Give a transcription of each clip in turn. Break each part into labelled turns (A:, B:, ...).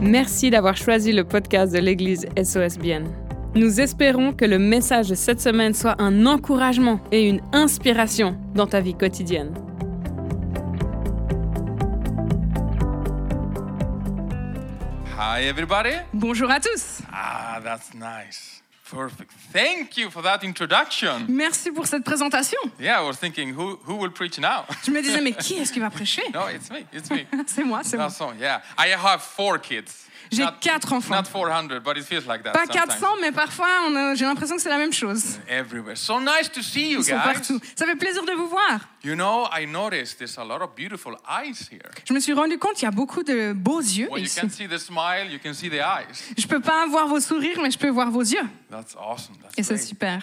A: Merci d'avoir choisi le podcast de l'Église SOSBN. Nous espérons que le message de cette semaine soit un encouragement et une inspiration dans ta vie quotidienne.
B: Hi, everybody.
A: Bonjour à tous.
B: Ah, that's nice. Perfect. Thank you for that introduction.
A: Merci pour cette présentation.
B: Yeah, I was thinking, who, who will preach now?
A: Je me disais, mais qui est-ce qui va prêcher
B: no, it's me. It's me.
A: C'est moi, c'est moi.
B: That's all. Yeah. I have four kids.
A: J'ai quatre enfants.
B: Not 400, but it feels like that.
A: Pas
B: sometimes.
A: 400, mais parfois on a- j'ai l'impression que c'est la même chose.
B: Everywhere. So nice to see you
A: Ils sont
B: guys.
A: partout. Ça fait plaisir de vous voir.
B: You know, I noticed there's a lot of beautiful eyes here.
A: Je me suis rendu compte qu'il y a beaucoup de beaux yeux
B: Well, you
A: ici.
B: can see the smile, you can see the eyes.
A: Je peux pas voir vos sourires, mais je peux voir vos yeux.
B: That's awesome. That's
A: Et c'est
B: great.
A: super.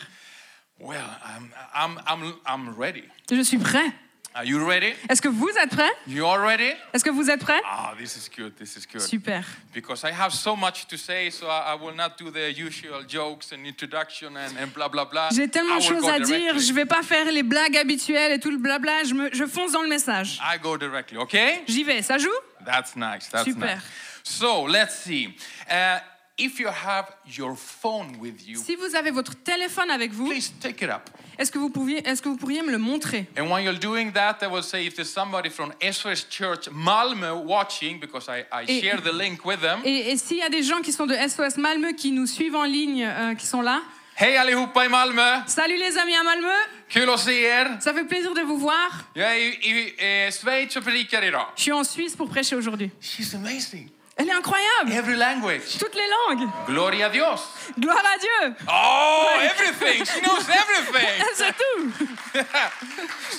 B: Well, I'm, I'm, I'm, I'm ready.
A: Je suis prêt.
B: Are you ready?
A: Est-ce que vous êtes prêt
B: You are ready?
A: Est-ce que vous êtes prêt
B: Ah, this is good. This is good.
A: Super.
B: because I have so much to say, so I, I will not do the usual jokes and introduction and, and blah blah blah.
A: J'ai tellement
B: I
A: de
B: will
A: choses
B: go
A: à dire,
B: directly.
A: je vais pas faire les blagues habituelles et tout le blabla, je, me- je fonce dans le message.
B: I go directly, okay?
A: J'y vais, ça joue
B: That's nice. That's
A: Super.
B: nice. So let's see. Uh, if you have your phone with you,
A: Si vous avez votre téléphone avec vous,
B: please take it up.
A: est-ce que, vous pouviez- est-ce que vous pourriez me le montrer
B: And while you're doing that, I will say if there's somebody from SOS Church Malmö watching, because I, I
A: Et-
B: share the link with them.
A: Et, et s'il y a des gens qui sont de SOS Malmö qui nous suivent en ligne, euh, qui sont là,
B: Hey allihopa i Malmö!
A: salut les amis à Malmö,
B: Kul att se er!
A: ça fait plaisir de vous voir.
B: Jag är i, i eh, Schweiz och predikar idag.
A: Je suis en Suisse pour prêcher aujourd'hui.
B: She's amazing.
A: Elle est incroyable
B: Every language.
A: Toutes les langues
B: Gloria a Dios.
A: Gloire à Dieu
B: Oh, everything. She knows everything.
A: C'est tout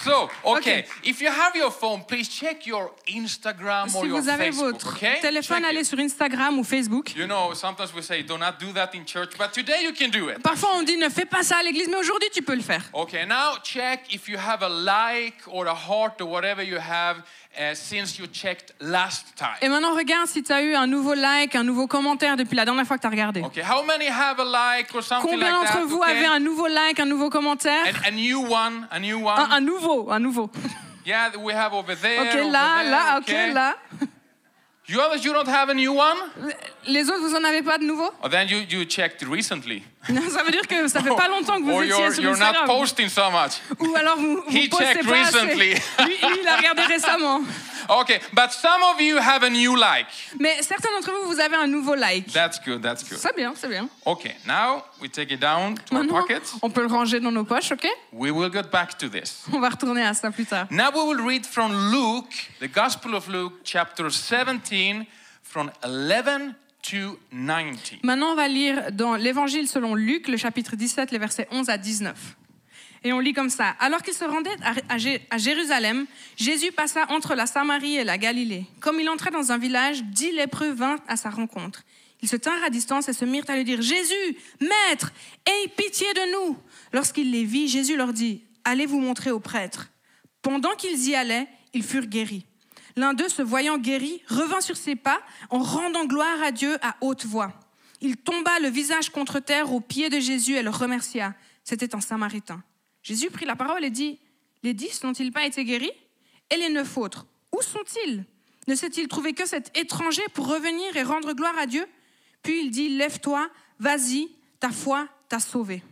B: So, okay.
A: Okay.
B: If you have your phone, please check your Instagram or
A: Si
B: your
A: vous avez
B: Facebook,
A: votre
B: okay?
A: téléphone,
B: Check
A: allez
B: it.
A: sur Instagram ou Facebook.
B: You know, sometimes we say, do not do that in church, but today you can do it.
A: Parfois on dit ne fais pas ça à l'église, mais aujourd'hui tu peux le faire.
B: Okay, now check if you have a like or a heart or whatever you have uh, since you checked last
A: Et
B: time.
A: maintenant regarde si tu as eu un nouveau like, un nouveau commentaire depuis la dernière fois que tu as regardé.
B: Okay, how many have a like or something
A: Combien
B: like
A: d'entre
B: that?
A: vous
B: okay?
A: avez un nouveau like, un nouveau commentaire
B: And a new one, a new one.
A: un, un nouveau, un nouveau.
B: Yeah, we have over there.
A: Uh-uh. Ok,
B: over
A: là,
B: there,
A: là, ok,
B: okay.
A: là.
B: You others, you don't have a new one?
A: Les autres, vous en avez pas de nouveau
B: Or then you, you checked recently.
A: Non, ça veut dire que ça fait pas longtemps que vous
B: or
A: étiez
B: Oh, you're,
A: sur
B: you're not
A: Instagram.
B: posting so much.
A: Ou alors vous, vous
B: He
A: postez
B: checked
A: pas assez.
B: recently.
A: Lui, lui, il a regardé récemment.
B: Okay, but some of you have a new like.
A: Mais certains d'entre vous, vous avez un nouveau like.
B: That's good, that's good.
A: C'est bien, c'est bien.
B: Okay, now we take it down to our
A: Maintenant,
B: pockets.
A: on peut le ranger dans nos poches, ok
B: We will get back to this.
A: On va retourner à ça plus tard.
B: Now we will read from Luke, the Gospel of Luke, chapter 17, from 11 to 19.
A: Maintenant, on va lire dans l'Évangile selon Luc, le chapitre 17, les versets 11 à 19. Et on lit comme ça. Alors qu'il se rendait à, à Jé- à Jérusalem, Jésus passa entre la Samarie et la Galilée. Comme il entrait dans un village, dix lépreux vinrent à sa rencontre. Ils se tinrent à distance et se mirent à lui dire, Jésus, Maître, aie pitié de nous. Lorsqu'il les vit, Jésus leur dit, Allez vous montrer aux prêtres. Pendant qu'ils y allaient, ils furent guéris. L'un d'eux, se voyant guéri, revint sur ses pas en rendant gloire à Dieu à haute voix. Il tomba le visage contre terre aux pieds de Jésus et le remercia. C'était un Samaritain. Jésus prit la parole et dit, Les dix n'ont-ils pas été guéris Et les neuf autres, où sont-ils Ne s'est-il trouvé que cet étranger pour revenir et rendre gloire à Dieu Puis il dit, Lève-toi, vas-y, ta foi t'a sauvé.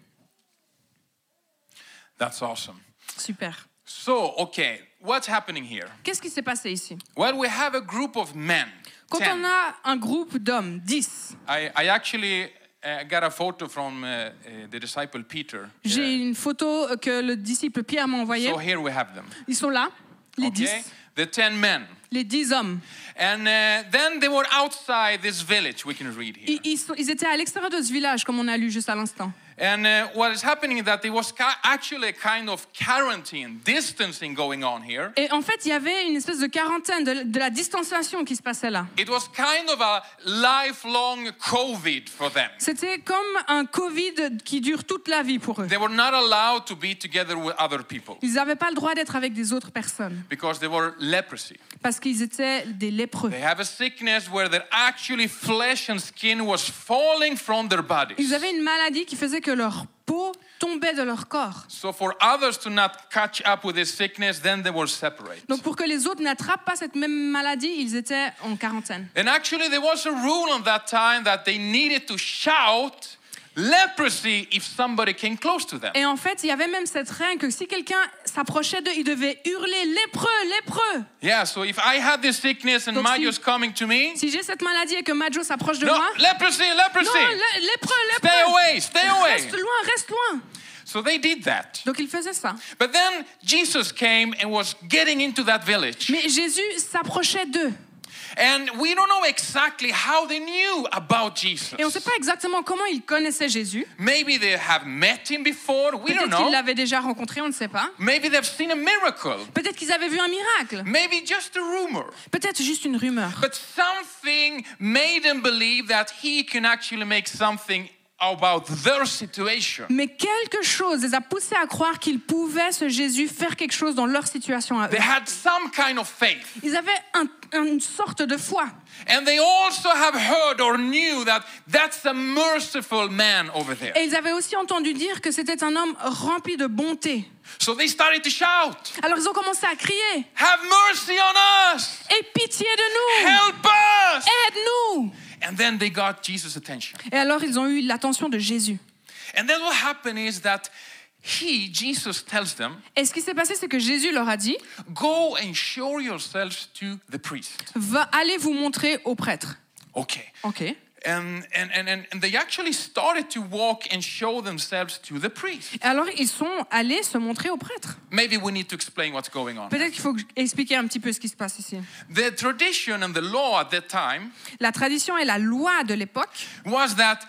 B: That's awesome.
A: Super.
B: So, okay, what's happening here?
A: Qu'est-ce qui s'est passé ici
B: Well, we have a group of men.
A: Quand
B: 10.
A: on a un groupe d'hommes, dix,
B: I, I actually uh, got a photo from uh, uh, the disciple Peter. Uh,
A: J'ai une photo euh, que le disciple Pierre m'a envoyée.
B: So here we have them.
A: Ils sont là, les dix,
B: Okay? The ten men.
A: les dix hommes.
B: And uh, then they were outside this village, we can read here.
A: Ils, ils sont- ils étaient à l'extérieur de ce village, comme on a lu juste à l'instant.
B: And uh, what is happening is that there was ca- actually a kind of quarantine, distancing going on here.
A: Et en fait, il y avait une espèce de quarantaine, de, de la distanciation qui se passait là.
B: It was kind of a lifelong COVID for them.
A: C'était comme un Covid qui dure toute la vie pour eux.
B: They were not allowed to be together with other people
A: Ils n'avaient pas le droit d'être avec des autres personnes
B: because they were leprosy.
A: parce qu'ils étaient des lépreux.
B: They have a sickness where their actually flesh and skin was falling from their bodies.
A: Ils avaient une maladie qui faisait que leur peau tombaient de leur corps.
B: So for others to not catch up with this sickness, then they were separated.
A: Donc pour que les autres n'attrapent pas cette même maladie, ils étaient en quarantaine.
B: And actually, there was a rule on that time that they needed to shout leprosy if somebody came close to them.
A: Et en fait, il y avait même cette règle que si quelqu'un s'approchait d'eux, il devait hurler lépreux, lépreux.
B: Yeah, so if I had this sickness and
A: Donc, si-
B: Mayo's coming to me,
A: Si j'ai cette maladie et que Majo s'approche de
B: no,
A: moi,
B: leprosy, leprosy!
A: non, lé- lépreux, lépreux.
B: Stay away, stay away!
A: Reste loin, reste loin.
B: So they did that.
A: Donc ils faisaient ça.
B: But then Jesus came and was getting into that village.
A: Mais Jésus s'approchait d'eux.
B: And we don't know exactly how they knew about Jesus.
A: Et on ne sait pas exactement comment ils connaissaient Jésus.
B: Maybe they have met him before, we don't
A: Peut-être qu'ils
B: know.
A: l'avaient déjà rencontré, on ne sait pas.
B: Maybe they've seen a miracle.
A: Peut-être qu'ils avaient vu un miracle.
B: Maybe just a rumor.
A: Peut-être juste une rumeur.
B: But something made them believe that he can actually make something about their situation.
A: Mais quelque chose les a poussés à croire qu'ils pouvaient, ce Jésus, faire quelque chose dans leur situation à eux.
B: They had some kind of faith.
A: Ils avaient un- une sorte de foi.
B: And they also have heard or knew that that's a merciful man over there.
A: Et ils avaient aussi entendu dire que c'était un homme rempli de bonté.
B: So they started to shout,
A: Alors ils ont commencé à crier
B: Have mercy on us!
A: Aie pitié de nous
B: Help us!
A: Aide-nous
B: And then they got Jesus' attention.
A: Et alors ils ont eu l'attention de Jésus.
B: And then what happened is that he, Jesus, tells them,
A: Et ce qui s'est passé, c'est que Jésus leur a dit
B: Go and show yourselves to the priest.
A: Va, Allez vous montrer au prêtre.
B: Okay.
A: Ok.
B: And, and, and, and, and they actually started to walk and show themselves to the priest.
A: Et alors ils sont allés se montrer au prêtre.
B: Maybe we need to explain what's going on.
A: Peut-être qu'il faut que j- expliquer un petit peu ce qui se passe ici.
B: The tradition and the law at that time
A: La tradition et la loi de l'époque,
B: was that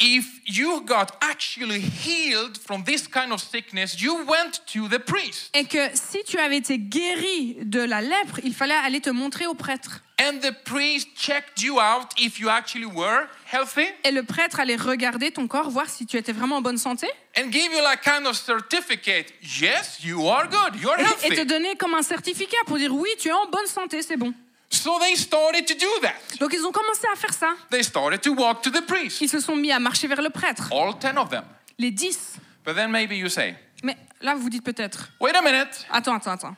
B: if you got actually healed from this kind of sickness, you went to the priest.
A: est que si tu avais été guéri de la lèpre, il fallait aller te montrer au prêtre.
B: And the priest checked you out if you actually were healthy
A: Et le prêtre allait regarder ton corps, voir si tu étais vraiment en bonne santé,
B: and give you like kind of certificate. Yes, you are good. You're
A: et- et te
B: healthy.
A: donner comme un certificat pour dire oui, tu es en bonne santé, c'est bon.
B: So they started to do that.
A: Donc ils ont commencé à faire ça.
B: They started to walk to the priest.
A: Ils se sont mis à marcher vers le prêtre,
B: All 10 of them.
A: les dix.
B: But then maybe you say,
A: Mais là, vous dites peut-être,
B: wait a minute.
A: attends, attends, attends.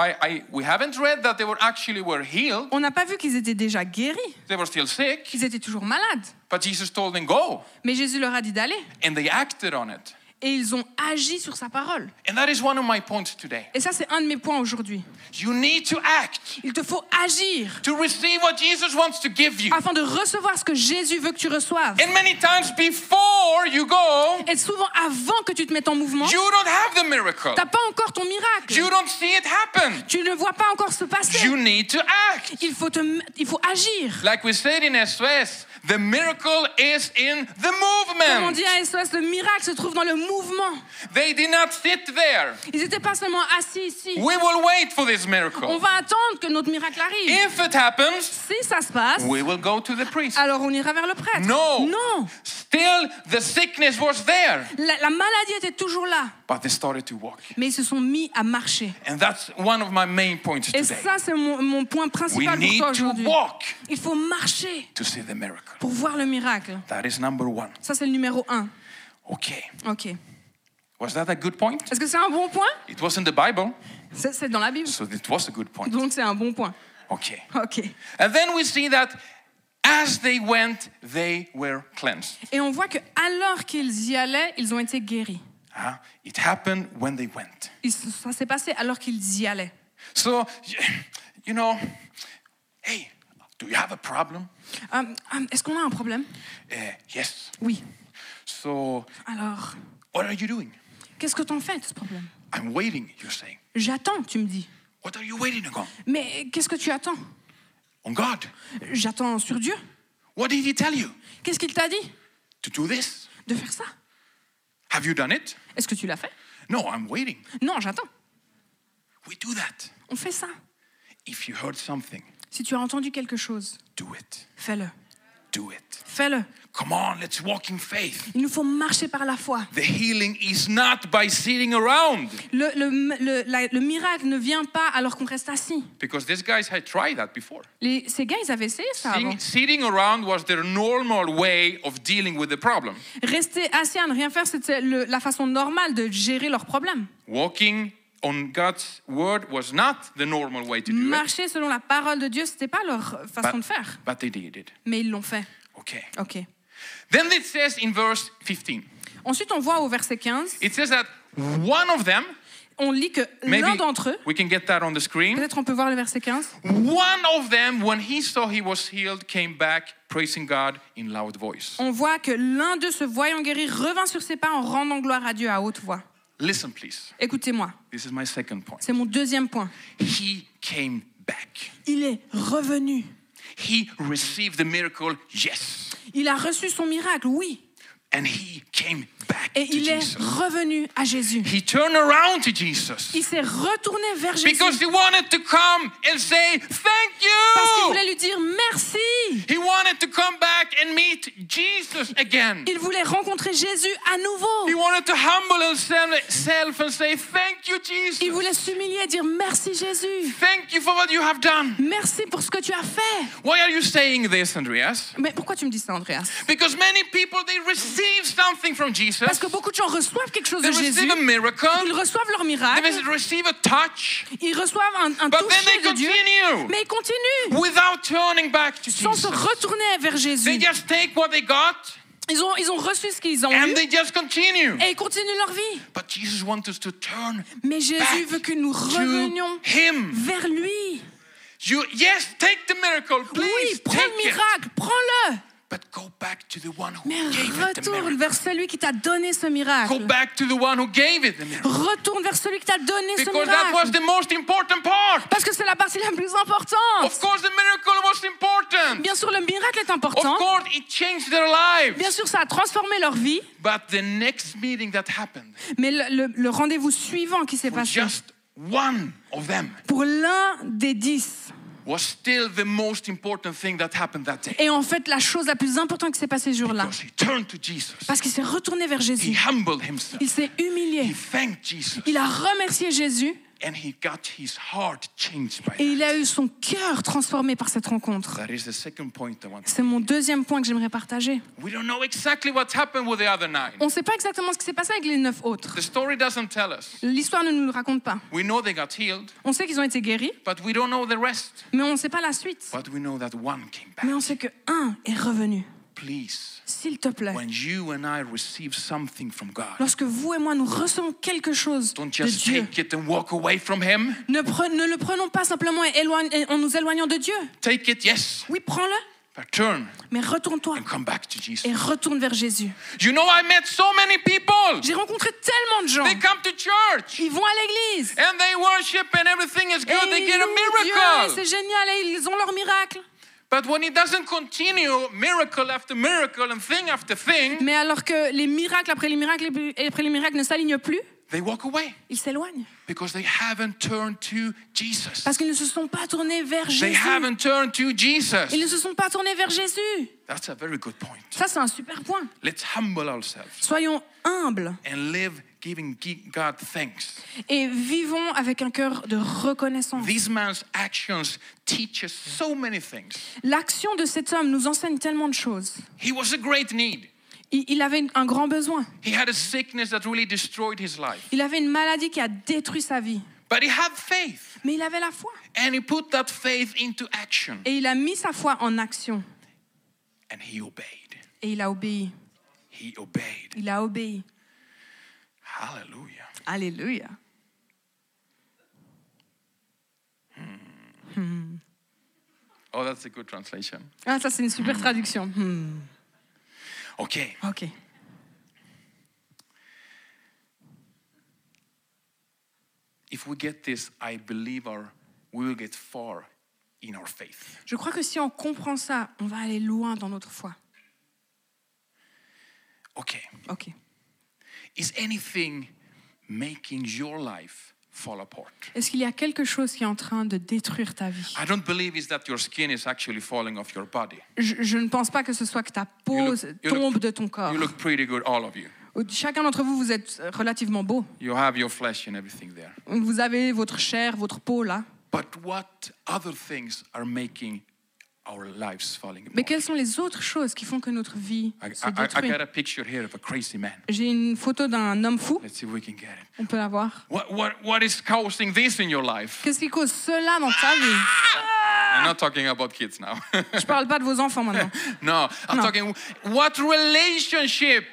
B: I, I, we haven't read that they were actually were healed.
A: On n'a pas vu qu'ils étaient déjà guéris,
B: They were still sick.
A: qu'ils étaient toujours malades.
B: But Jesus told them, go.
A: Mais Jésus leur a dit d'aller,
B: And they acted on it.
A: et ils ont agi sur sa parole.
B: And that is one of my points today.
A: Et ça, c'est un de mes points aujourd'hui.
B: You need to act
A: Il te faut agir
B: to receive what Jesus wants to give you.
A: afin de recevoir ce que Jésus veut que tu reçives.
B: And many times before you go,
A: Et souvent, avant que tu te mettes en mouvement,
B: you don't have the miracle.
A: t'as pas encore ton miracle.
B: You don't see it happen.
A: Tu ne vois pas encore se passer.
B: You need to act.
A: Il faut, te, m- il faut agir.
B: Like we said in SOS, the miracle is in the
A: Comme on
B: movement.
A: dit à SOS, le miracle se trouve dans le mouvement.
B: They did not sit there.
A: Ils n'étaient pas seulement assis ici.
B: We will wait for this
A: On
B: miracle.
A: va attendre que notre miracle arrive.
B: If it happens,
A: Si ça se passe,
B: we will go to the priest.
A: alors on ira vers le prêtre.
B: No.
A: Non.
B: Still, the sickness was there,
A: La, la maladie était toujours là.
B: but they started to walk.
A: Mais ils se sont mis à marcher.
B: And that's one of my main points
A: Et
B: today.
A: ça, c'est mon, mon point
B: We
A: principal pour
B: need
A: toi
B: to
A: aujourd'hui.
B: walk
A: Il faut marcher
B: to see the miracle.
A: pour voir le miracle.
B: That is number one.
A: Ça, c'est le numéro un.
B: Okay.
A: OK.
B: Was that a good point?
A: Est-ce que c'est un bon point
B: It was in the Bible,
A: C'est c'est dans la Bible.
B: so it was a good point.
A: Donc c'est un bon point.
B: Okay.
A: OK.
B: And then we see that as they went, they were cleansed.
A: Et on voit que alors qu'ils y allaient, ils ont été guéris.
B: Huh? Ah, It happened when they went.
A: Ils se- ça s'est passé alors qu'ils y allaient.
B: So, you know, hey, do you have a problem?
A: Hum, hum, Est-ce qu'on a un problème
B: Uh, yes.
A: Oui.
B: So,
A: Alors,
B: what are you doing?
A: qu'est-ce que t'en fais de ce problème
B: I'm waiting, you're saying.
A: J'attends, tu me dis.
B: What are you waiting on?
A: Mais qu'est-ce que tu attends
B: On God.
A: J'attends sur Dieu.
B: What did He tell you?
A: Qu'est-ce qu'il t'a dit
B: To do this?
A: de faire ça
B: Have you done it?
A: Est-ce que tu l'as fait
B: No, I'm waiting.
A: Non, j'attends.
B: We do that.
A: On fait ça.
B: If you heard something,
A: Si tu as entendu quelque chose,
B: do it.
A: fais-le.
B: Do it.
A: Fais-le.
B: Come on, let's walk in faith.
A: Il nous faut marcher par la foi.
B: The healing is not by sitting around.
A: Le, le- le- la- le miracle ne vient pas alors qu'on reste assis.
B: Because these guys had tried that before.
A: Les- ces gars, ils avaient essayé ça avant.
B: Sitting- sitting around was their normal way of dealing with the problem.
A: Rester assis à ne rien faire, c'était le- la façon normale de gérer leurs problèmes.
B: Walking on God's word was not the normal way to do it,
A: Marcher selon la parole de Dieu, c'était pas leur façon de faire.
B: but they did it.
A: Mais ils l'ont fait.
B: Okay.
A: OK.
B: Then it says in verse 15,
A: Ensuite, on voit au verset 15,
B: it says that one of them,
A: on lit que l'un
B: maybe
A: d'entre eux,
B: we can get that on the screen,
A: peut-être on peut voir le verset 15,
B: one of them, when he saw he was healed, came back praising God in loud voice.
A: on voit que l'un d'eux, se voyant guéri, revint sur ses pas en rendant gloire à Dieu à haute voix.
B: Listen, please.
A: Écoutez-moi,
B: This is my second point.
A: c'est mon deuxième point.
B: He came back.
A: Il est revenu.
B: He received the miracle, yes.
A: Il a reçu son miracle, oui.
B: And he came back
A: Et
B: to
A: il est
B: Jesus.
A: revenu à Jésus.
B: He turned around to Jesus.
A: Il s'est retourné vers Jésus
B: Because he wanted to come and say, Thank
A: parce qu'il
B: you.
A: voulait lui dire merci.
B: He wanted to come back and meet Jesus again.
A: Il voulait rencontrer Jésus à
B: He
A: nouveau.
B: wanted to humble himself and say, Thank you,
A: Il
B: Jesus.
A: voulait s'humilier et dire merci Jésus.
B: Thank you for what you have done.
A: Merci pour ce que tu as fait.
B: Why are you saying this, Andreas?
A: Mais pourquoi tu me dis ça, Andreas
B: Because many people, they receive something from
A: Parce
B: Jesus.
A: que beaucoup de gens reçoivent quelque chose
B: They
A: de
B: receive
A: Jésus.
B: a
A: Ils
B: miracle.
A: reçoivent leur
B: They
A: miracle.
B: receive a touch.
A: Ils reçoivent un, un
B: But
A: toucher
B: then they
A: de Dieu.
B: continue.
A: Mais ils continuent
B: without turning back to
A: sans se
B: Jesus.
A: retourner vers
B: They
A: Jésus.
B: just take what they got
A: Ils ont, ils ont reçu ce qu'ils ont eu
B: and they just continue.
A: et ils continuent leur vie.
B: But Jesus wants us to turn
A: Mais Jésus
B: back
A: veut que nous
B: to
A: revenions
B: Him.
A: vers lui.
B: You, yes, take the miracle,
A: Oui,
B: please.
A: prends
B: take
A: le miracle, prends-le.
B: it. But go back to the one who
A: Mais
B: gave it the
A: retourne
B: miracle.
A: vers celui qui t'a donné ce
B: Go
A: miracle.
B: back to the one who gave it the miracle.
A: Retourne vers celui qui t'a donné ce
B: Because that was
A: miracle.
B: the most important part.
A: Parce que c'est la partie la plus
B: Of
A: importante.
B: course, the miracle was important.
A: Bien sûr, le miracle est
B: Of
A: important.
B: course, it changed their lives.
A: Bien sûr, ça a transformé leur vie.
B: But the next meeting that happened,
A: Mais le, le- le rendez-vous suivant qui s'est passé
B: just one of them
A: pour l'un des dix.
B: was still the most important thing that happened that day.
A: Et en fait, la chose la plus importante qui s'est passée ce jour-là,
B: Because he turned to Jesus.
A: parce qu'il s'est retourné vers
B: He
A: Jésus.
B: humbled himself.
A: Il s'est
B: He
A: humilié.
B: thanked Jesus.
A: Il a remercié Jésus
B: And he got his heart changed by
A: et
B: that.
A: il a eu son cœur transformé par cette rencontre.
B: That is the second point I want to
A: C'est mon deuxième point que j'aimerais partager.
B: We don't know exactly what happened with the other nine.
A: On ne sait pas exactement ce qui s'est passé avec les neuf autres.
B: The story doesn't tell us.
A: L'histoire ne nous le raconte pas.
B: We know they got healed,
A: On sait qu'ils ont été guéris,
B: but we don't know the rest.
A: mais on ne sait pas la suite.
B: But we know that one came
A: Mais
B: back.
A: on sait que un est revenu.
B: Please,
A: S'il te plaît,
B: when you and I receive something from God,
A: lorsque vous et moi nous recevons quelque chose de
B: don't just
A: Dieu,
B: take it and walk away from Him.
A: ne, pre- ne le prenons pas simplement et éloigne- et en nous éloignant de Dieu.
B: Take it, yes,
A: Oui, prends-le,
B: but turn
A: mais retourne-toi
B: and come back to Jesus.
A: et retourne vers Jésus.
B: You know, I met so many people.
A: J'ai rencontré tellement de gens.
B: They come to church
A: Ils vont à l'église.
B: and they worship and everything is
A: Et
B: good. They
A: ils
B: get a
A: louent Dieu, et
B: miracle.
A: c'est génial, et ils ont leur miracle.
B: But when it doesn't continue, miracle after miracle and thing after thing,
A: Mais alors que les miracles après les miracles et après les miracles ne s'alignent plus,
B: they walk away
A: ils s'éloignent.
B: because they haven't turned to Jesus.
A: Parce qu'ils ne se sont pas tournés vers
B: They
A: Jésus.
B: haven't turned to Jesus.
A: Ils ne se sont pas tournés vers Jésus.
B: That's a very good point.
A: Ça, c'est un super point.
B: Let's humble ourselves
A: Soyons humbles
B: and live giving G- God thanks.
A: et vivons avec un cœur de reconnaissance.
B: This man's actions teach us so many things.
A: L'action de cet homme nous enseigne tellement de choses.
B: He was a great need.
A: Il, il avait une- un grand besoin.
B: He had a sickness that really destroyed his life.
A: Il avait une maladie qui a détruit sa vie.
B: But he had faith.
A: Mais il avait la foi.
B: And he put that faith into action
A: Et il a mis sa foi en action.
B: and he obeyed.
A: Et il a obéi.
B: He obeyed.
A: Il a obéi.
B: Hallelujah.
A: Alléluia.
B: Oh, that's a good translation.
A: Ah, ça, c'est une super traduction. Hmm.
B: Okay.
A: Ok.
B: If we get this, I believe our, we will get far in our faith.
A: Je crois que si on comprend ça, on va aller loin dans notre foi.
B: Okay.
A: Ok.
B: Is anything making your life fall apart.
A: Est-ce qu'il y a quelque chose qui est en train de détruire ta vie
B: I don't believe it's that your skin is actually falling off your body.
A: je, je ne pense pas que ce soit que ta peau
B: You look- you look-
A: tombe de ton corps.
B: You look pretty good, all of you.
A: Chacun d'entre vous, vous êtes relativement beau.
B: You have your flesh and everything there.
A: Vous avez votre chair, votre peau là.
B: But what other things are making our lives falling apart?
A: Mais quelles sont les autres choses qui font que notre vie
B: I,
A: se
B: I, I- I
A: détruit
B: got a picture here of a crazy man.
A: J'ai une photo d'un homme fou.
B: Let's see if we can get it.
A: On peut la voir.
B: What, what, what is causing this in your life?
A: Qu'est-ce qui cause cela dans ta vie Ah!
B: I'm not talking about kids now.
A: Je parle pas de vos enfants maintenant.
B: no, I'm
A: No.
B: talking what relationship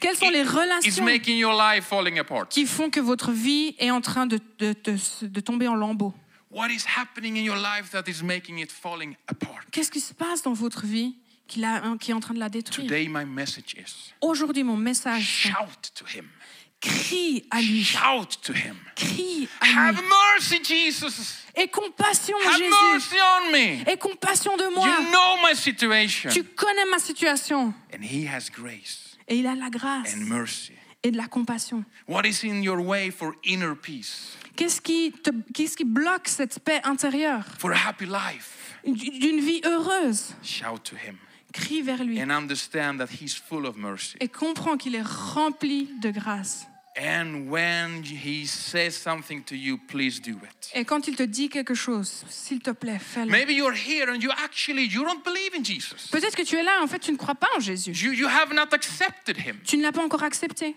A: Quelles sont les
B: is
A: relations
B: making your life falling apart?
A: qui font que votre vie est en train de, de- de- de tomber en lambeaux
B: What is happening in your life that is making it falling apart?
A: Qu'est-ce qui se passe dans votre vie qui, la- hein, qui est en train de la détruire
B: Today my message is
A: Aujourd'hui, mon message, c'est
B: shout to him.
A: crie à lui,
B: Shout to him.
A: crie à
B: Have
A: lui.
B: mercy, Jesus.
A: Et compassion,
B: Have
A: Jésus.
B: mercy on me.
A: Et compassion de moi.
B: You know my situation.
A: Tu connais ma situation.
B: And he has grace
A: Et il a de la grâce
B: and mercy.
A: et de la compassion.
B: What is in your way for inner peace,
A: Qu'est-ce qui, te- qu'est-ce qui bloque cette paix intérieure
B: for a happy life?
A: d'une vie heureuse
B: Shout to him
A: Crie vers lui
B: and understand that he's full of mercy.
A: et comprends qu'il est rempli de grâce.
B: And when he says something to you, please do it.
A: Et quand il te dit quelque chose, s'il te plaît, fais-le.
B: Maybe you're here and you actually you don't believe in Jesus.
A: Peut-être que tu es là, en fait, tu ne crois pas en Jésus.
B: You you have not accepted him.
A: Tu ne l'as pas encore accepté.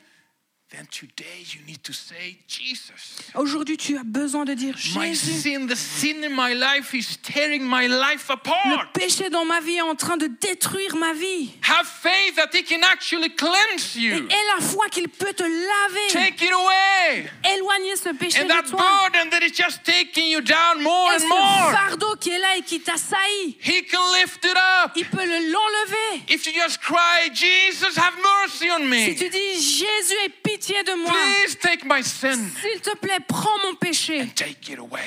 B: Then today you need to say, Jesus,
A: Aujourd'hui, tu as besoin de dire
B: my
A: Jésus.
B: sin, the sin in my life is tearing my life
A: Le
B: apart.
A: péché dans ma vie est en train de détruire ma vie.
B: Have faith that he can actually cleanse
A: Et
B: you.
A: aie la foi qu'il peut te laver.
B: Take it away.
A: Éloigner ce péché
B: And that
A: de toi.
B: burden that is just taking you down more
A: Et
B: and
A: ce
B: more,
A: fardeau qui est là et qui t'assaillit,
B: He can lift it up.
A: il peut le- l'enlever.
B: If you just cry, Jesus, have mercy on
A: Si
B: me.
A: tu dis Jésus, aie pitié de moi.
B: Please take my sin
A: S'il te plaît, prends mon péché.
B: and take it away.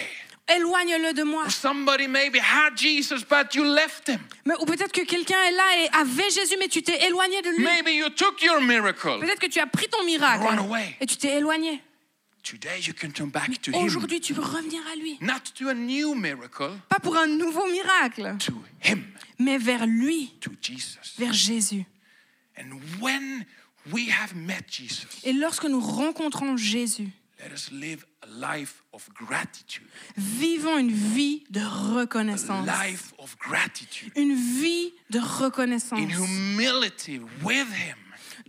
A: Éloigne-le de moi.
B: Or somebody maybe had Jesus, but you left him.
A: Mais, ou peut-être que quelqu'un est là et avait Jésus, mais tu t'es éloigné de lui.
B: Maybe you took your miracle.
A: Peut-être que tu as pris ton miracle
B: Run away.
A: et tu t'es éloigné.
B: Today you can turn back
A: Oh,
B: to him.
A: Aujourd'hui, tu peux revenir à lui.
B: Not to a new miracle,
A: Pas pour un nouveau miracle,
B: to him,
A: mais vers lui,
B: to Jesus.
A: vers Jésus.
B: And when we have met Jesus,
A: Et lorsque nous rencontrons Jésus,
B: let us live a life of gratitude.
A: vivons une vie de reconnaissance.
B: life of gratitude
A: Une vie de reconnaissance.
B: in hum- humility with him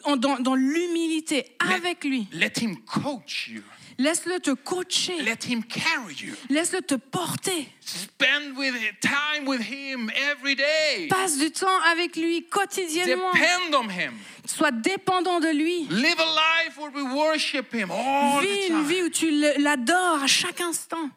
A: En- Dans, dans l'humilité,
B: Let-
A: avec lui.
B: let him coach you
A: Laisse-le te coacher.
B: let him carry you
A: Laisse-le te porter.
B: spend with time with him every day
A: Passe du temps avec lui quotidiennement.
B: depend on him
A: Sois dépendant de lui.
B: live a life where we worship him all the
A: Vis une
B: time
A: vie où tu le- l'adores à chaque instant.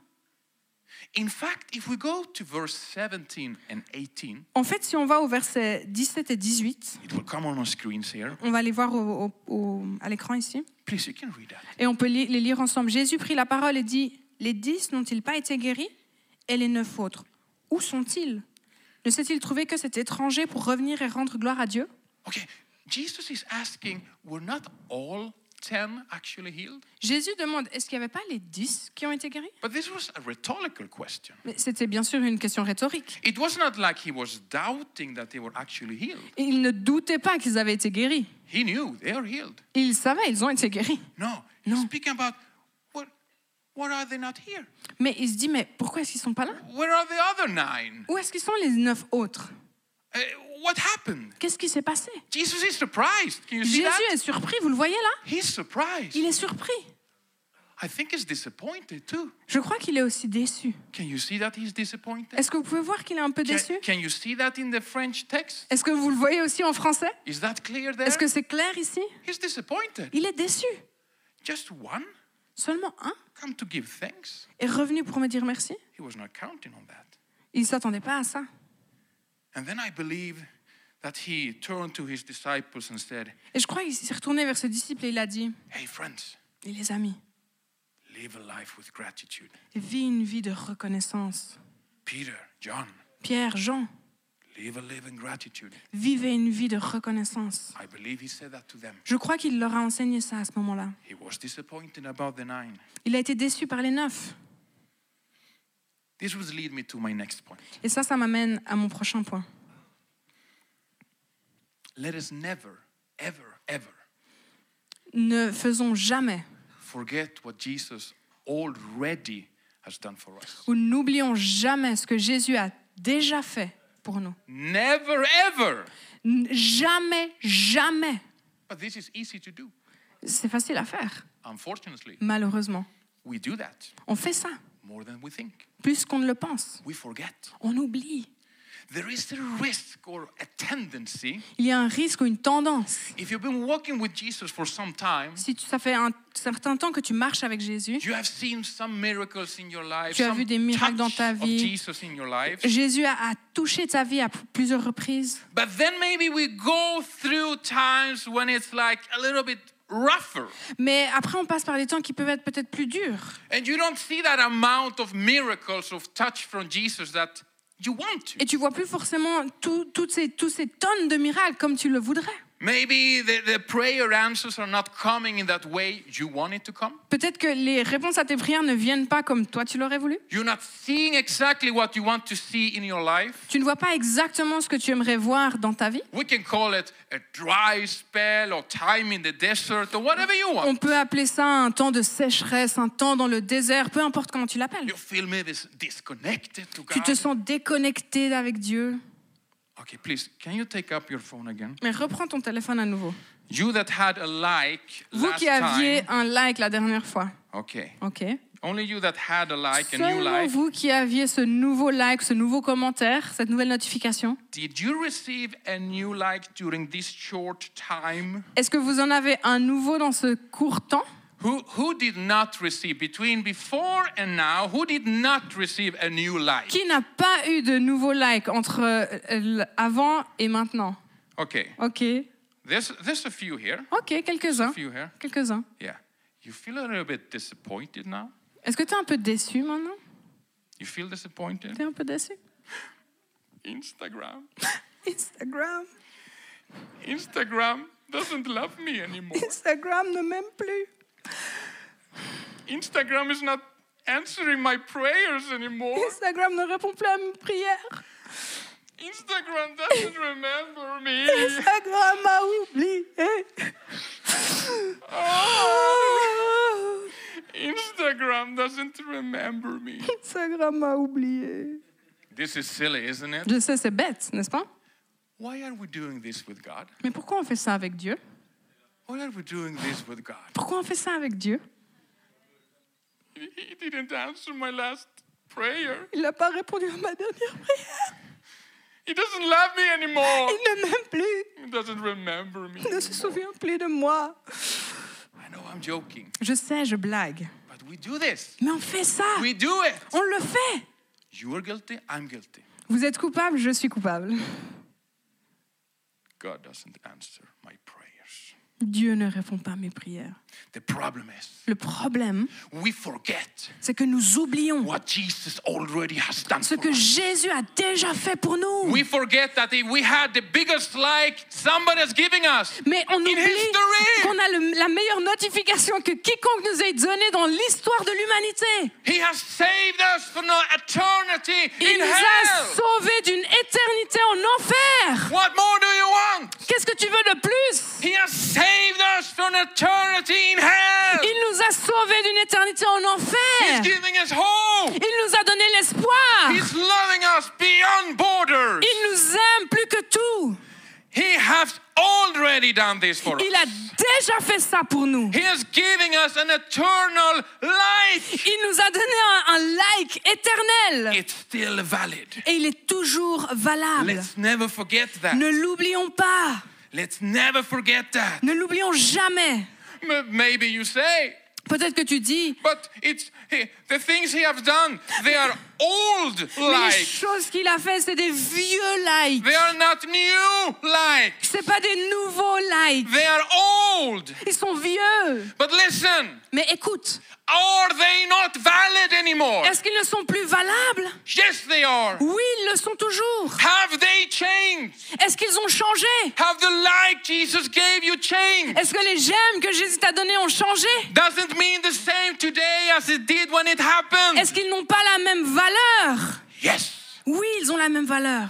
B: in fact if we go to verse 17 and 18
A: En fait, si on va au verset 17 et 18,
B: it will come on our screens here
A: on va les voir au- au- au- à l'écran ici,
B: please you can read that
A: et on peut li- les lire ensemble. Jésus prit la parole et dit, Les dix n'ont-ils pas été guéris Et les neuf autres, où sont-ils Ne s'est-il trouvé que cet étranger pour revenir et rendre gloire à Dieu
B: okay jesus is asking were not all 10 actually healed
A: Jésus demande, est-ce qu'il n'y avait pas les dix qui ont été guéris
B: but this was a rhetorical question
A: Mais c'était bien sûr une question rhétorique.
B: It was not like he was doubting that they were actually healed.
A: Et Ils ne doutaient pas qu'ils avaient été guéris.
B: He knew they are healed.
A: Ils savaient, ils ont été guéris.
B: No,
A: No.
B: he's speaking about what, what are they not here?
A: Mais ils se disent, mais pourquoi est-ce qu'ils sont pas là
B: Where are the other nine?
A: Où est-ce qu'ils sont les neuf autres
B: Uh, what happened?
A: Qu'est-ce qui s'est passé
B: Jesus is surprised. Can you see
A: Jésus
B: that?
A: est surpris, vous le voyez là
B: He's surprised.
A: Il est surpris.
B: I think he's disappointed too.
A: Je crois qu'il est aussi déçu.
B: Can you see that he's disappointed?
A: Est-ce que vous pouvez voir qu'il est un peu
B: Can,
A: déçu
B: can you see that in the French text?
A: Est-ce que vous le voyez aussi en français
B: Is that clear there?
A: Est-ce que c'est clair ici
B: He's disappointed.
A: Il est déçu.
B: Just one
A: Seulement un
B: come to give thanks.
A: est revenu pour me dire merci.
B: He was not counting on that.
A: Il ne s'attendait pas à ça.
B: And then I believe that he turned to his disciples and said,
A: Et je crois qu'il s'est retourné vers ses disciples et il a dit,
B: Hey, friends,
A: et les amis,
B: live a life with gratitude.
A: vis une vie de reconnaissance.
B: Peter, John,
A: Pierre, Jean,
B: Do you ever live in gratitude?
A: Vivez une vie de reconnaissance.
B: I believe he said that to them.
A: Je crois qu'il leur a enseigné ça à ce moment-là.
B: He was disappointed about the nine.
A: Il a été déçu par les neuf.
B: This would lead me to my next point.
A: Et ça, ça m'amène à mon prochain point.
B: Let us never, ever, ever
A: Ne faisons jamais
B: forget what Jesus already has done for us.
A: ou n'oublions jamais ce que Jésus a déjà fait pour nous.
B: Never, ever.
A: N- Jamais, jamais.
B: But this is easy to do.
A: C'est facile à faire,
B: Unfortunately,
A: malheureusement.
B: we do that
A: On fait ça,
B: more than we think.
A: plus qu'on ne le pense.
B: We forget.
A: On oublie.
B: There is a risk or a tendency
A: Il y a un risque ou une tendance.
B: if you've been walking with Jesus for some time.
A: Si tu- ça fait un certain temps que tu marches avec Jésus,
B: You have seen some miracles in your life.
A: Tu as
B: some
A: vu des miracles dans
B: touch
A: ta
B: Of
A: vie.
B: Jesus in your life.
A: Jésus a, a touché ta vie à p- plusieurs reprises.
B: But then maybe we go through times when it's like a little bit rougher.
A: Mais après, on passe par des temps qui peuvent être peut-être plus durs.
B: And you don't see that amount of miracles of touch from Jesus that you want to.
A: Et tu vois plus forcément tout- toutes ces, tous ces tonnes de miracles comme tu le voudrais.
B: Maybe the, the prayer answers are not coming in that way you want it to come.
A: Peut-être que les réponses à tes prières ne viennent pas comme toi tu l'aurais voulu.
B: You're not seeing exactly what you want to see in your life.
A: Tu ne vois pas exactement ce que tu aimerais voir dans ta vie.
B: We can call it a dry spell or time in the desert or whatever you want.
A: On peut appeler ça un temps de sécheresse, un temps dans le désert, peu importe comment tu l'appelles.
B: You feel maybe s- disconnected to
A: Tu
B: God.
A: te sens déconnecté avec Dieu.
B: Okay, please, can you take up your phone again?
A: Mais reprends ton téléphone à nouveau.
B: You that had a like
A: Vous
B: last
A: qui aviez
B: time.
A: un like la dernière fois,
B: Okay.
A: ok
B: Only you that had a like, a new
A: Seulement
B: like.
A: vous qui aviez ce nouveau like, ce nouveau commentaire, cette nouvelle notification,
B: Did you receive a new like during this short time?
A: est-ce que vous en avez un nouveau dans ce court temps
B: Who who did not receive between before and now? Who did not receive a new like?
A: Qui n'a pas eu de nouveau like entre euh, l- avant et maintenant
B: Okay.
A: Ok,
B: There's there's a few here.
A: ok,
B: A
A: quelques-uns.
B: few here.
A: Quelques-uns.
B: Yeah. You feel a little bit disappointed now?
A: Est-ce que tu es un peu déçu maintenant
B: You feel disappointed?
A: Tu es un peu déçu
B: Instagram.
A: Instagram,
B: Instagram doesn't love me anymore.
A: Instagram ne m'aime plus.
B: Instagram is not answering my prayers anymore.
A: Instagram ne répond plus à mes prières.
B: Instagram doesn't remember me.
A: Instagram m'a oublié.
B: Ah!
A: Ah.
B: Instagram doesn't remember me.
A: Instagram m'a oublié.
B: This is silly, isn't it?
A: Je sais, c'est bête, n'est-ce pas
B: Why are we doing this with God?
A: Mais pourquoi on fait ça avec Dieu
B: Why are we doing this with God?
A: Pourquoi on fait ça avec Dieu
B: He didn't answer my last prayer.
A: Il n'a pas répondu à ma dernière prière.
B: He doesn't love me anymore.
A: ne m'aime plus.
B: He doesn't remember me.
A: souvient plus de moi.
B: I know I'm joking,
A: Je sais, je blague.
B: but we do this.
A: Mais on fait ça.
B: We do it.
A: On le fait.
B: You are guilty, I'm guilty.
A: Vous êtes coupable, je suis coupable.
B: God doesn't answer my prayers.
A: Dieu ne répond pas à mes prières.
B: The problem is
A: Le problème,
B: we forget
A: c'est que nous oublions
B: what Jesus already has done
A: ce
B: for
A: que
B: us.
A: Jésus a déjà fait pour nous.
B: We forget that if we had the biggest like somebody has giving us.
A: Mais on oublie
B: history.
A: qu'on a le- la meilleure notification que quiconque nous ait donnée dans l'histoire de l'humanité.
B: He has saved us from an eternity
A: Il
B: in
A: nous a
B: hell.
A: sauvés d'une éternité en enfer.
B: What more do you want?
A: Qu'est-ce que tu veux de plus
B: He has saved us from eternity in hell.
A: Il nous a sauvés d'une éternité en
B: He's
A: enfer.
B: giving us hope.
A: Il nous a donné l'espoir.
B: He's loving us beyond borders.
A: Il nous aime plus que tout.
B: He has already done this for us.
A: Il a déjà fait ça pour nous.
B: He is giving us an eternal life.
A: Il nous a donné un, un like éternel.
B: It's still valid.
A: Et il est toujours valable.
B: Let's never forget that.
A: Ne l'oublions pas.
B: Let's never forget that.
A: Ne l'oublions jamais.
B: M- maybe you say,
A: Peut-être que tu dis,
B: but it's he- the things he has done. They are old
A: mais les
B: like.
A: choses qu'il a fait, c'est des vieux likes.
B: They are not new like.
A: C'est pas des nouveaux likes.
B: They are old.
A: Ils sont vieux.
B: But listen,
A: Mais écoute,
B: are they not valid anymore?
A: est-ce qu'ils ne sont plus valables
B: Yes, they are.
A: Oui, ils le sont toujours.
B: Have they
A: ils ont changé
B: Have the light Jesus gave you changed?
A: Est-ce que les gemmes que Jésus t'a données ont changé
B: Doesn't mean the same today as it did when it happened.
A: Est-ce qu'ils n'ont pas la même valeur
B: yes.
A: Oui, ils ont la même valeur.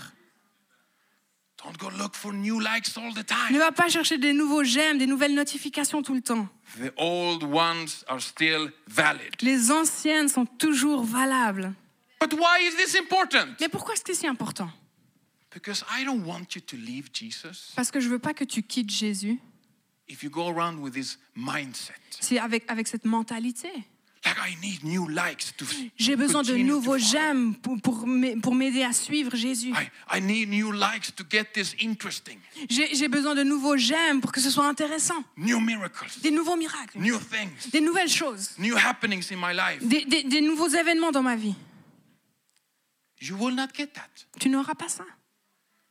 B: Don't go look for new likes all the time.
A: Ne va pas chercher des nouveaux j'aime, des nouvelles notifications tout le temps.
B: The old ones are still valid.
A: Les anciennes sont toujours valables.
B: But why is this important?
A: Mais pourquoi est-ce que c'est si important
B: Because I don't want you to leave Jesus
A: Parce que je veux pas que tu quittes Jésus
B: if you go around with this mindset.
A: c'est avec, avec cette mentalité.
B: Like I need new likes to
A: J'ai besoin de
B: continue to
A: nouveaux
B: follow.
A: j'aime pour, pour m'a- pour m'aider à suivre Jésus.
B: I, I need new likes to get this interesting.
A: J'ai j'ai besoin de nouveaux j'aime pour que ce soit intéressant.
B: New miracles,
A: Des nouveaux miracles,
B: new things,
A: des nouvelles choses,
B: new happenings in my life.
A: des, des- des nouveaux événements dans ma vie.
B: You will not get that.
A: Tu n'auras pas ça.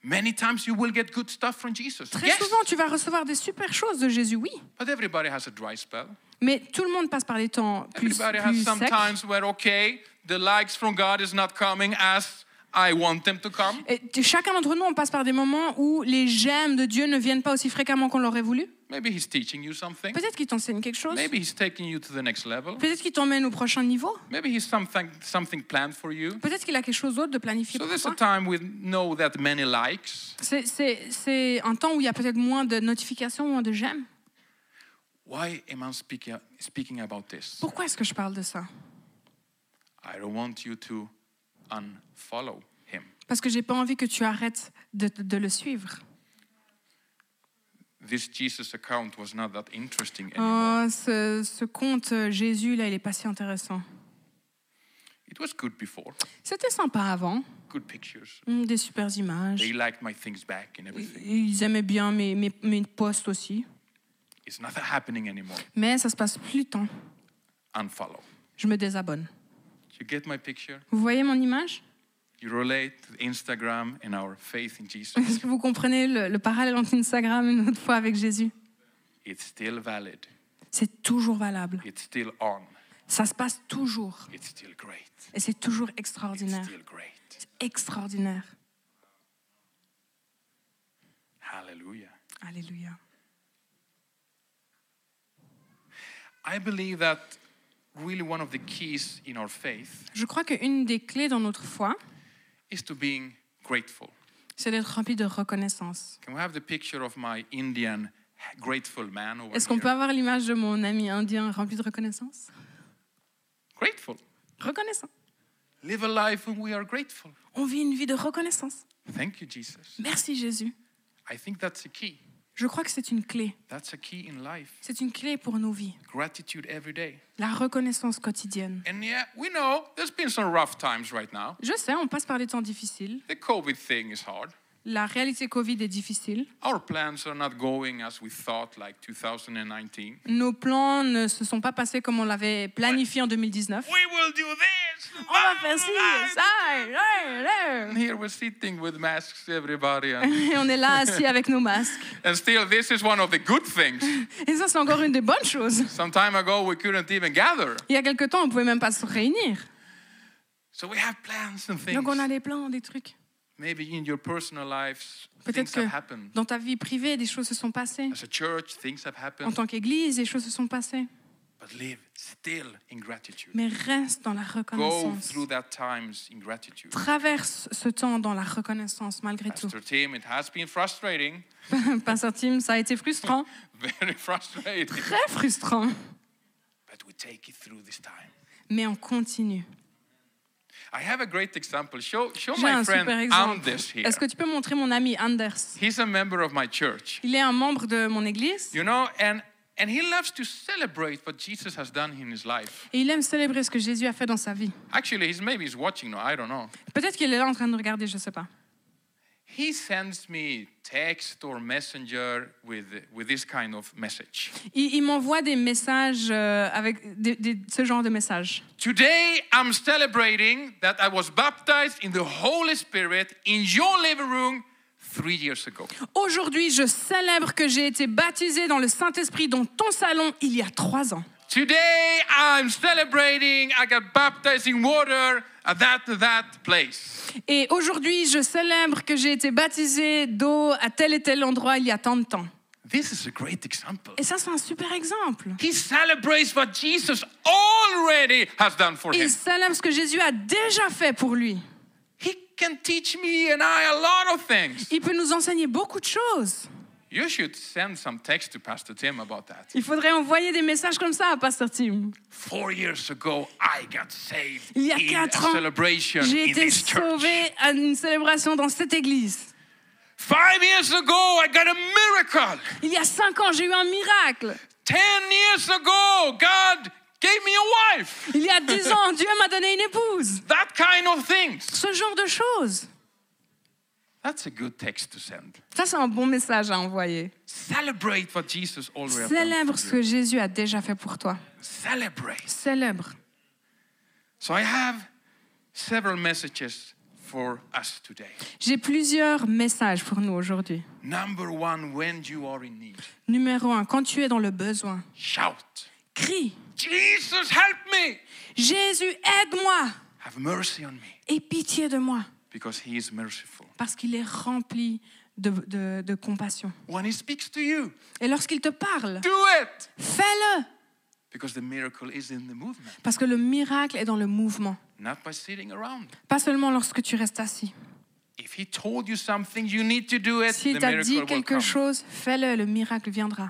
B: Many times you will get good stuff from Jesus.
A: Très
B: Yes.
A: souvent, tu vas recevoir des super choses de Jésus, oui.
B: But everybody has a dry spell.
A: Mais tout le monde passe par des temps plus,
B: Everybody
A: plus
B: has some
A: secs.
B: times where, okay, the likes from God is not coming as I want them to come.
A: Et t- chacun d'entre nous, on passe par des moments où les j'aime de Dieu ne viennent pas aussi fréquemment qu'on l'aurait voulu.
B: Maybe He's teaching you something.
A: Peut-être qu'il t'enseigne quelque chose.
B: Maybe He's taking you to the next level.
A: Peut-être qu'il t'emmène au prochain niveau.
B: Maybe He's something, something planned for you.
A: Peut-être qu'il a quelque chose d'autre de planifié
B: So
A: pour
B: there's a
A: toi.
B: time with no that many likes.
A: C'est- C'est c'est un temps où il y a peut-être moins de notifications, moins de j'aime.
B: Why am I speaking, speaking about this?
A: Pourquoi est-ce que je parle de ça
B: I don't want you to unfollow Him.
A: Parce que j'ai pas envie que tu arrêtes de, de le suivre.
B: This Jesus account was not that interesting anymore.
A: Oh, ce, ce compte euh, Jésus, là, il est pas si intéressant.
B: It was good before.
A: C'était sympa avant,
B: Good pictures.
A: Hum, des super
B: They
A: images.
B: liked my things back and everything.
A: Ils aimaient bien mes, mes, mes posts aussi.
B: It's not happening anymore.
A: Mais ça se passe plus tant.
B: Unfollow.
A: Je me désabonne.
B: You get my picture?
A: Vous voyez mon image
B: You relate to Instagram and our faith in Jesus.
A: Est-ce que vous comprenez le, le parallèle entre Instagram une autre fois avec Jésus
B: It's still valid.
A: C'est toujours valable.
B: It's still on.
A: Ça se passe toujours.
B: It's still great.
A: Et c'est toujours
B: It's
A: extraordinaire.
B: still great.
A: C'est extraordinaire.
B: Hallelujah.
A: Alléluia.
B: I believe that really one of the keys in our faith
A: Je crois qu'une des clés dans notre foi,
B: is to being grateful.
A: c'est d'être rempli de reconnaissance.
B: Can we have the picture of my Indian grateful man over
A: Est-ce qu'on
B: here?
A: peut avoir l'image de mon ami indien rempli de reconnaissance
B: Grateful.
A: Reconnaissant.
B: Live a life when we are grateful.
A: On vit une vie de reconnaissance.
B: Thank you, Jesus.
A: Merci Jésus.
B: I think that's a key.
A: Je crois que c'est une clé.
B: That's a key in life.
A: C'est une clé pour nos vies.
B: Gratitude every day.
A: La reconnaissance quotidienne.
B: And yeah, we know there's been some rough times right now.
A: Je sais, on passe par des temps difficiles.
B: The COVID thing is hard.
A: La réalité Covid est difficile.
B: Our plans are not going as we thought, like 2019.
A: Nos plans ne se sont pas passés comme on l'avait planifié en 2019.
B: We will do this.
A: On va faire ci, ça, là, là.
B: And here we're sitting with masks, everybody. And,
A: Et on est là assis avec nos masques.
B: and still, this is one of the good things.
A: Et ça, c'est encore une des bonnes choses.
B: Some time ago, we couldn't even gather.
A: Il y a quelque temps, on pouvait même pas se réunir.
B: So we have plans and things.
A: Donc on a des plans, des trucs.
B: Maybe in your personal lives,
A: Peut-être
B: things
A: que
B: have happened.
A: dans ta vie privée, des choses se sont passées.
B: As a church, things have
A: En
B: happened.
A: tant qu'église, des choses se sont passées.
B: But live still in gratitude.
A: Mais reste dans la
B: Go
A: reconnaissance.
B: through that times in gratitude.
A: Traverse ce temps dans la reconnaissance malgré tout.
B: Pastor Tim, it has been frustrating,
A: Pasteur Tim, ça a été frustrant,
B: very frustrating.
A: très frustrant.
B: But we take it through this time.
A: Mais on continue.
B: I have a great example. Show, show
A: J'ai
B: my
A: un
B: friend
A: super exemple.
B: Anders here.
A: Est-ce que tu peux montrer mon ami Anders
B: He's a member of my church,
A: Il est un membre de mon église
B: you know, and, and he loves to celebrate what Jesus has done in his life.
A: et il aime célébrer ce que Jésus a fait dans sa vie.
B: Actually, he's maybe he's watching now, I don't know.
A: Peut-être qu'il est là en train de regarder, je ne sais pas.
B: He sends me text or messenger with, with this kind of message.
A: Il, il m'envoie des messages euh, avec des- des- ce genre de messages.
B: Today, I'm celebrating that I was baptized in the Holy Spirit in your living room three years ago.
A: Aujourd'hui, je célèbre que j'ai été baptisé dans le Saint-Esprit dans ton salon il y a trois ans.
B: Today, I'm celebrating I got baptized in water at that that place.
A: Et aujourd'hui, je célèbre que j'ai été baptisé d'eau à tel et tel endroit il y a tant de temps.
B: This is a great example.
A: Et ça, c'est un super exemple.
B: He celebrates what Jesus already has done for him.
A: Il célèbre ce que Jésus a déjà fait pour lui.
B: He can teach me and I a lot of things.
A: Il peut nous enseigner beaucoup de choses.
B: You should send some text to Pastor Tim about that.
A: Il faudrait envoyer des messages comme ça à Pasteur Tim.
B: Four years ago, I got saved
A: Il y a
B: in a
A: quatre ans,
B: celebration
A: J'ai
B: in
A: été
B: this church.
A: sauvé à une célébration dans cette église.
B: Five years ago, I got a miracle.
A: Il y a cinq ans, j'ai eu un miracle.
B: Ten years ago, God gave me a wife.
A: Il y a dix ans, Dieu m'a donné une épouse.
B: That kind of things.
A: Ce genre de choses.
B: That's a good text to send.
A: Ça, c'est un bon message à envoyer.
B: Celebrate what Jesus already has done.
A: Célèbre
B: for
A: ce
B: you.
A: que Jésus a déjà fait pour toi.
B: Celebrate.
A: Célèbre.
B: So I have several messages for us today.
A: J'ai plusieurs messages pour nous aujourd'hui.
B: Number one, when you are in need,
A: Numéro un, quand tu es dans le besoin,
B: shout,
A: crie
B: Jesus, help me.
A: Jésus, aide-moi
B: Have mercy on me
A: et pitié de moi,
B: because he is merciful.
A: parce qu'il est rempli de, de- de compassion.
B: When he speaks to you,
A: Et lorsqu'il te parle,
B: do it
A: fais-le,
B: because the miracle is in the movement,
A: parce que le miracle est dans le mouvement,
B: not by sitting around.
A: pas seulement lorsque tu restes assis.
B: If he told you something, you need to do it.
A: S'il
B: the
A: t'a
B: miracle
A: dit
B: will
A: quelque
B: come.
A: chose, fais-le, le miracle viendra.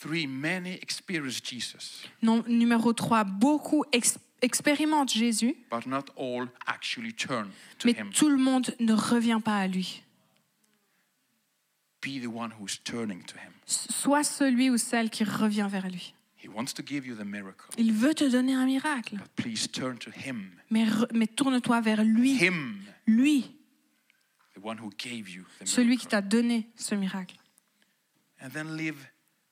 B: Three, many experience Jesus,
A: Non, numéro 3, beaucoup ex- expérimentent Jésus,
B: but not all actually turn to
A: mais
B: him.
A: tout le monde ne revient pas à lui.
B: Be the one who's turning to him.
A: Sois celui ou celle qui revient vers lui.
B: He wants to give you the miracle,
A: Il veut te donner un miracle,
B: but please turn to him.
A: mais, re- mais tourne-toi vers lui,
B: Him,
A: lui,
B: the one who gave you the
A: celui qui
B: miracle.
A: t'a donné ce miracle.
B: And then live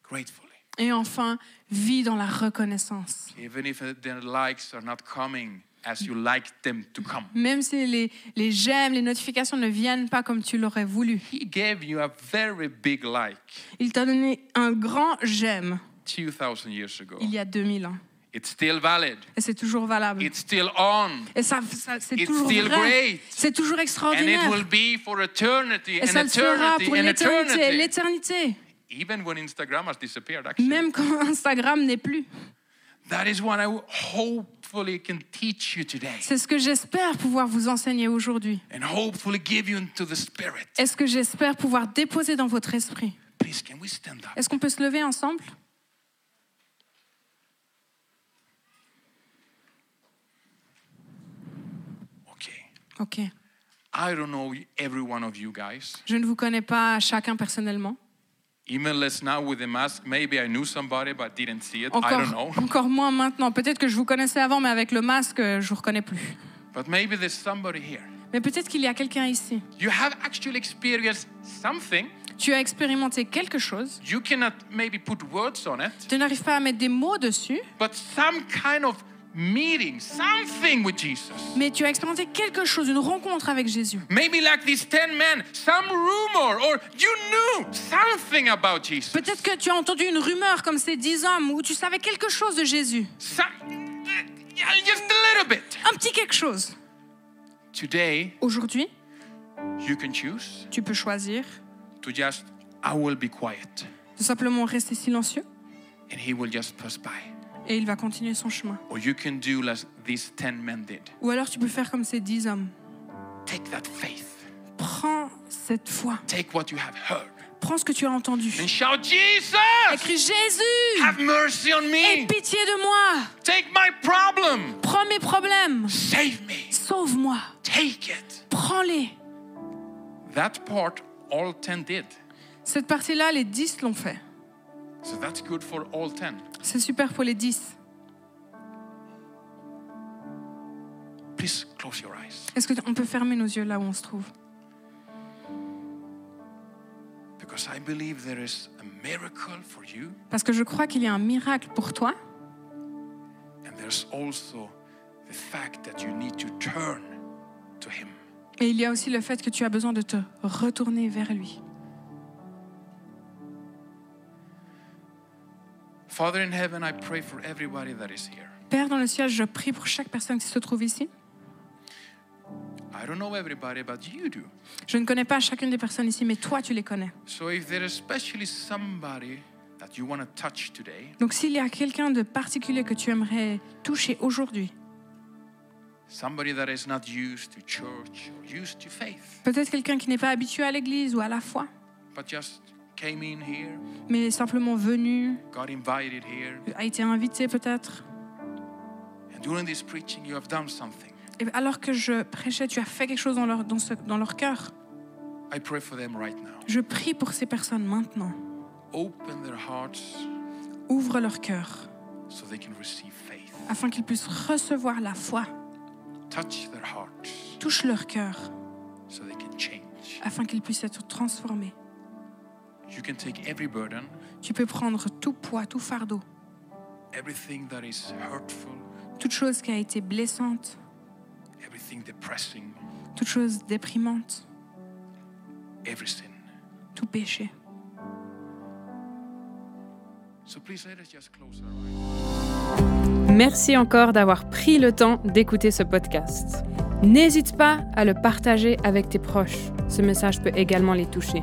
B: gratefully.
A: Et enfin, vis dans la reconnaissance.
B: Even if the likes are not coming as you like them to come.
A: Même si les, les j'aime, les notifications ne viennent pas comme tu l'aurais voulu.
B: He gave you a very big like
A: Il t'a donné un grand j'aime
B: 2,000 years ago.
A: il y a 2000 ans.
B: It's still valid.
A: Et c'est toujours valable.
B: It's still on.
A: Et ça, ça- c'est
B: It's
A: toujours
B: still
A: vrai.
B: great.
A: C'est toujours
B: And it will
A: extraordinaire.
B: be for eternity
A: Et
B: and
A: ça le sera
B: eternity
A: pour
B: and
A: l'éternité,
B: eternity.
A: l'éternité.
B: Even when Instagram has disappeared, actually.
A: Même quand Instagram n'est plus.
B: That is what I hopefully can teach you today.
A: C'est ce que j'espère pouvoir vous enseigner aujourd'hui.
B: And hopefully give you into the Spirit.
A: est ce que j'espère pouvoir déposer dans votre esprit.
B: Please, can we stand up?
A: Est-ce qu'on peut se lever ensemble
B: Okay.
A: Ok.
B: I don't know every one of you guys.
A: Je ne vous connais pas chacun personnellement.
B: Even less now with the mask, maybe I knew somebody but didn't see
A: Oh,
B: it. I don't know.
A: Encore, encore moins maintenant. Peut-être que je vous connaissais avant, mais avec le masque, euh, je ne vous reconnais plus.
B: But maybe there's somebody here.
A: Mais peut-être qu'il y a quelqu'un ici.
B: You have actually experienced something.
A: Tu as expérimenté quelque chose.
B: You cannot maybe put words on it,
A: Tu n'arrives pas à mettre des mots dessus,
B: but some kind of meeting, something with Jesus.
A: mais tu as expérimenté quelque chose, une rencontre avec Jésus.
B: Maybe like these 10 men, some rumor, or you knew something about Jesus.
A: Peut-être que tu as entendu une rumeur comme ces dix hommes où tu savais quelque chose de Jésus.
B: Some, yeah, just a little bit.
A: Un petit quelque chose.
B: Today,
A: Aujourd'hui,
B: you can choose
A: tu peux choisir
B: to just, I will be quiet,
A: de simplement rester silencieux
B: and he will just pass by.
A: et il va continuer son chemin.
B: Or you can do as these 10 men did.
A: Ou alors tu peux faire comme ces dix hommes.
B: Take that faith,
A: Prends cette foi.
B: take what you have heard,
A: Prends ce que tu as entendu.
B: and shout, Jesus!
A: Écris Jésus,
B: Have mercy on
A: aie
B: me.
A: pitié de moi.
B: Take my problem.
A: Prends mes problèmes.
B: Save me.
A: Sauve-moi.
B: Take it.
A: Prends-les.
B: That part all 10 did.
A: Cette partie-là, les dix l'ont fait.
B: So that's good for all 10.
A: C'est super pour les dix.
B: Please close your eyes
A: Est-ce qu'on peut fermer nos yeux là où on se trouve
B: because I believe there is a miracle for you
A: Parce que je crois qu'il y a un miracle pour toi,
B: and there's also the fact that you need to turn to him.
A: mais il y a aussi le fait que tu as besoin de te retourner vers lui.
B: Father in heaven, I pray for everybody that is here.
A: Père dans le ciel, je prie pour chaque personne qui se trouve ici.
B: I don't know everybody, but you do.
A: Je ne connais pas chacune des personnes ici, mais toi, tu les connais.
B: So if there is especially somebody that you want to touch today,
A: Donc s'il y a quelqu'un de particulier que tu aimerais toucher aujourd'hui,
B: somebody that is not used to church or used to faith,
A: peut-être quelqu'un qui n'est pas habitué à l'église ou à la foi,
B: but just came in here,
A: mais simplement venu,
B: got invited here,
A: a été invité peut-être.
B: and during this preaching you have done something,
A: Et alors que je prêchais, tu as fait quelque chose dans leur, dans ce- dans leur cœur.
B: I pray for them right now.
A: Je prie pour ces personnes maintenant.
B: Open their hearts
A: Ouvre leur cœur
B: so they can receive faith.
A: afin qu'ils puissent recevoir la foi.
B: Touch their hearts
A: Touche leur cœur
B: so they can change.
A: afin qu'ils puissent être transformés.
B: You can take every burden,
A: Tu peux prendre tout poids, tout fardeau,
B: everything that is hurtful,
A: toute chose qui a été blessante,
B: everything depressing,
A: toute chose déprimante,
B: every sin.
A: tout péché.
B: So please let us just close our eyes.
C: Merci encore d'avoir pris le temps d'écouter ce podcast. N'hésite pas à le partager avec tes proches. Ce message peut également les toucher.